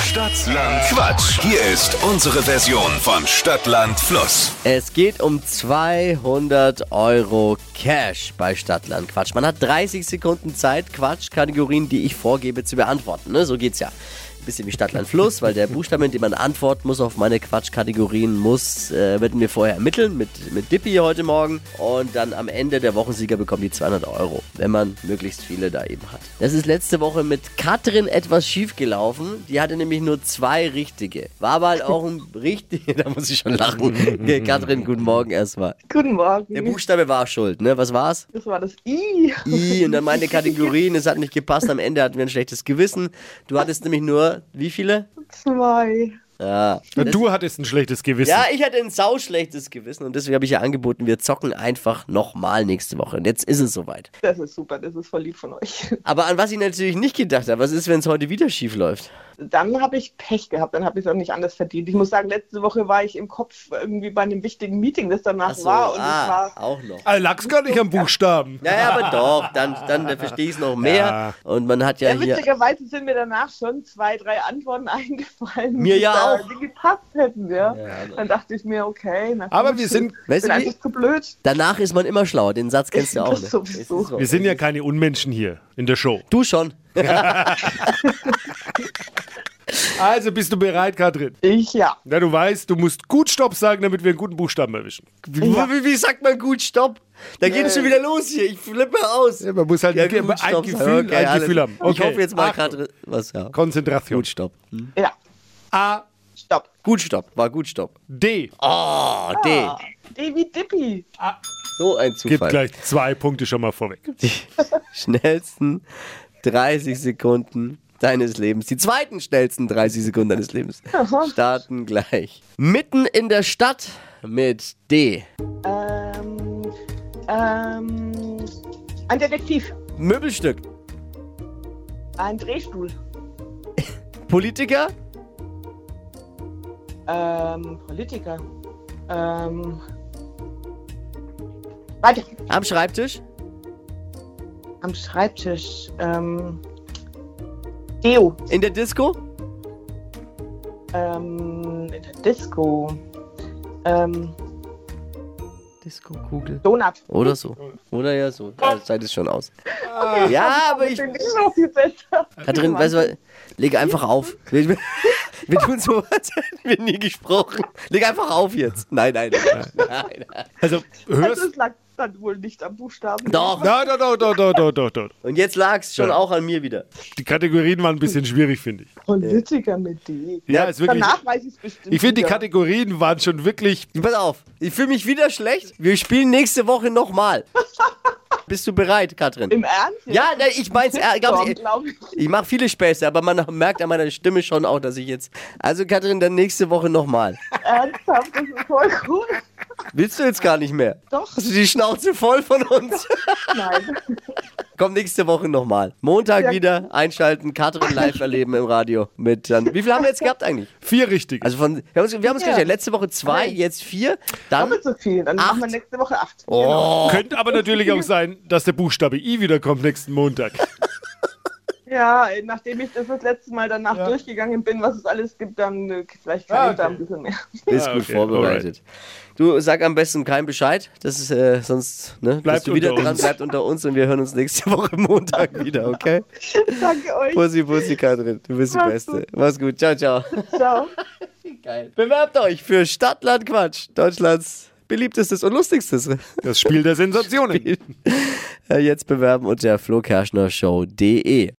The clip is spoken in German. Stadtland Quatsch. Hier ist unsere Version von Stadtland Fluss. Es geht um 200 Euro Cash bei Stadtland Quatsch. Man hat 30 Sekunden Zeit, Quatschkategorien, die ich vorgebe, zu beantworten. Ne? So geht's ja. Bisschen wie Stadtland Fluss, weil der Buchstabe, mit dem man antworten muss auf meine Quatschkategorien, muss, äh, werden wir vorher ermitteln mit, mit Dippy heute Morgen. Und dann am Ende der Wochensieger bekommt die 200 Euro, wenn man möglichst viele da eben hat. Das ist letzte Woche mit Katrin etwas schief gelaufen. Die hatte nämlich nur zwei richtige. War aber halt auch ein richtig. Da muss ich schon lachen. Katrin, guten Morgen erstmal. Guten Morgen. Der Buchstabe war schuld, ne? Was war's? das war das I. I und dann meine Kategorien, es hat nicht gepasst, am Ende hatten wir ein schlechtes Gewissen. Du hattest nämlich nur, wie viele? Zwei. Ja, Du hattest ein schlechtes Gewissen. ja ich hatte ein sauschlechtes Gewissen und deswegen habe ich ja angeboten, wir zocken einfach nochmal nächste Woche. Und jetzt ist es soweit. Das ist super, das ist voll lieb von euch. Aber an was ich natürlich nicht gedacht habe, was ist, wenn es heute wieder schief läuft? Dann habe ich Pech gehabt, dann habe ich es auch nicht anders verdient. Ich muss sagen, letzte Woche war ich im Kopf irgendwie bei einem wichtigen Meeting, das danach war. Und ah, es war auch noch. Ah, lag's gar nicht am Buchstaben. Naja, aber doch, dann, dann verstehe ich es noch mehr. Ja. Und man hat ja ja, hier. witzigerweise sind mir danach schon zwei, drei Antworten eingefallen, Mir die, ja da- auch. die gepasst hätten. Ja. dann dachte ich mir, okay, na, Aber gut, wir sind- ich Weißt bin du, wie- einfach zu blöd. Danach ist man immer schlau, den Satz kennst du ja auch. Das Ne? sowieso. Es ist so. Wir sind ja keine Unmenschen hier in der Show. Du schon. Also bist du bereit, Katrin? Ich ja. Na, du weißt, du musst gut Stopp sagen, damit wir einen guten Buchstaben erwischen. Wie, wie, wie sagt man gut Stopp? Da geht's schon wieder los hier. Ich flippe aus. Ja, man muss halt Ja, ein- gut, ein stopp. Gefühl- ein alles. Gefühl haben. Ich Okay. hoffe jetzt mal Achtung. gerade. Was, ja. Konzentration. Gut, stopp. Hm. Ja. A, Stopp. Gut, stopp. War gut, stopp. D. Oh, D. Ah, Davy Dippy. So ein Gib Zufall. gleich zwei Punkte schon mal vorweg. Die schnellsten 30 Sekunden deines Lebens. Die zweiten schnellsten 30 Sekunden deines Lebens. Starten gleich. Mitten in der Stadt mit D. Ähm, ähm, ein Detektiv. Möbelstück. Ein Drehstuhl. Politiker. Ähm, Politiker. Ähm, weiter. Am Schreibtisch. Am Schreibtisch. Ähm, Deo. In der Disco. Ähm, in der Disco. Ähm, Disco-Kugel. Donut. Oder so. Oder ja so. Ja, die Zeit ist schon aus. Ja, aber ich. bin nicht aufgesetzt. Katrin, weißt du, was? leg einfach auf. Wir, wir tun so, als hätten wir nie gesprochen. Leg einfach auf jetzt. Nein, nein, nein. nein, nein. Also, Also hörst es lag dann wohl nicht am Buchstaben. Doch. Na, doch, doch, doch, doch, doch, doch, doch. Und jetzt lag's schon Ja. auch an mir wieder. Die Kategorien waren ein bisschen schwierig, finde ich. Politiker mit D. Ja, ist wirklich. Danach weiß ich es bestimmt. Ich finde, die wieder. Kategorien waren schon wirklich. Pass auf, ich fühle mich wieder schlecht. Wir spielen nächste Woche nochmal. Bist du bereit, Katrin? Im Ernst? Ja, nein, ich mein's, äh, glaub ich, glaube ich. ich mache viele Späße, aber man merkt an meiner Stimme schon auch, dass ich jetzt. Also, Katrin, dann nächste Woche nochmal. Ernsthaft, das ist voll cool. Willst du jetzt gar nicht mehr? Doch. Hast du die Schnauze voll von uns? Nein. Komm nächste Woche nochmal. Montag wieder einschalten, Katrin live erleben im Radio. Mit dann. Wie viel haben wir jetzt gehabt eigentlich? Vier richtig. Also von. Wir haben uns, wir haben uns Ja. gerechnet. Letzte Woche zwei, jetzt vier. Dann. Doppelt so viel. Dann machen wir Acht. nächste Woche acht. Genau. Oh. Könnte aber natürlich auch sein, dass der Buchstabe I wiederkommt nächsten Montag. Ja, ey, nachdem ich das, das letzte Mal danach durchgegangen bin, was es alles gibt, dann äh, vielleicht kann Ah, ich da okay. ein bisschen mehr. Bist Ah, gut okay, vorbereitet. Du sag am besten kein Bescheid, das ist äh, sonst ne, dass Bleibt du wieder unter dran uns. bleibt unter uns und wir hören uns nächste Woche Montag wieder, okay? Danke euch. Pussy, Pussy, Katrin, du bist die Mach's Beste. Mach's gut, ciao, ciao. Ciao. Geil. Bewerbt euch für Stadtland Quatsch, Deutschlands beliebtestes und lustigstes. Äh, Das Spiel der Sensationen. Jetzt bewerben unter flokerschnershow.de.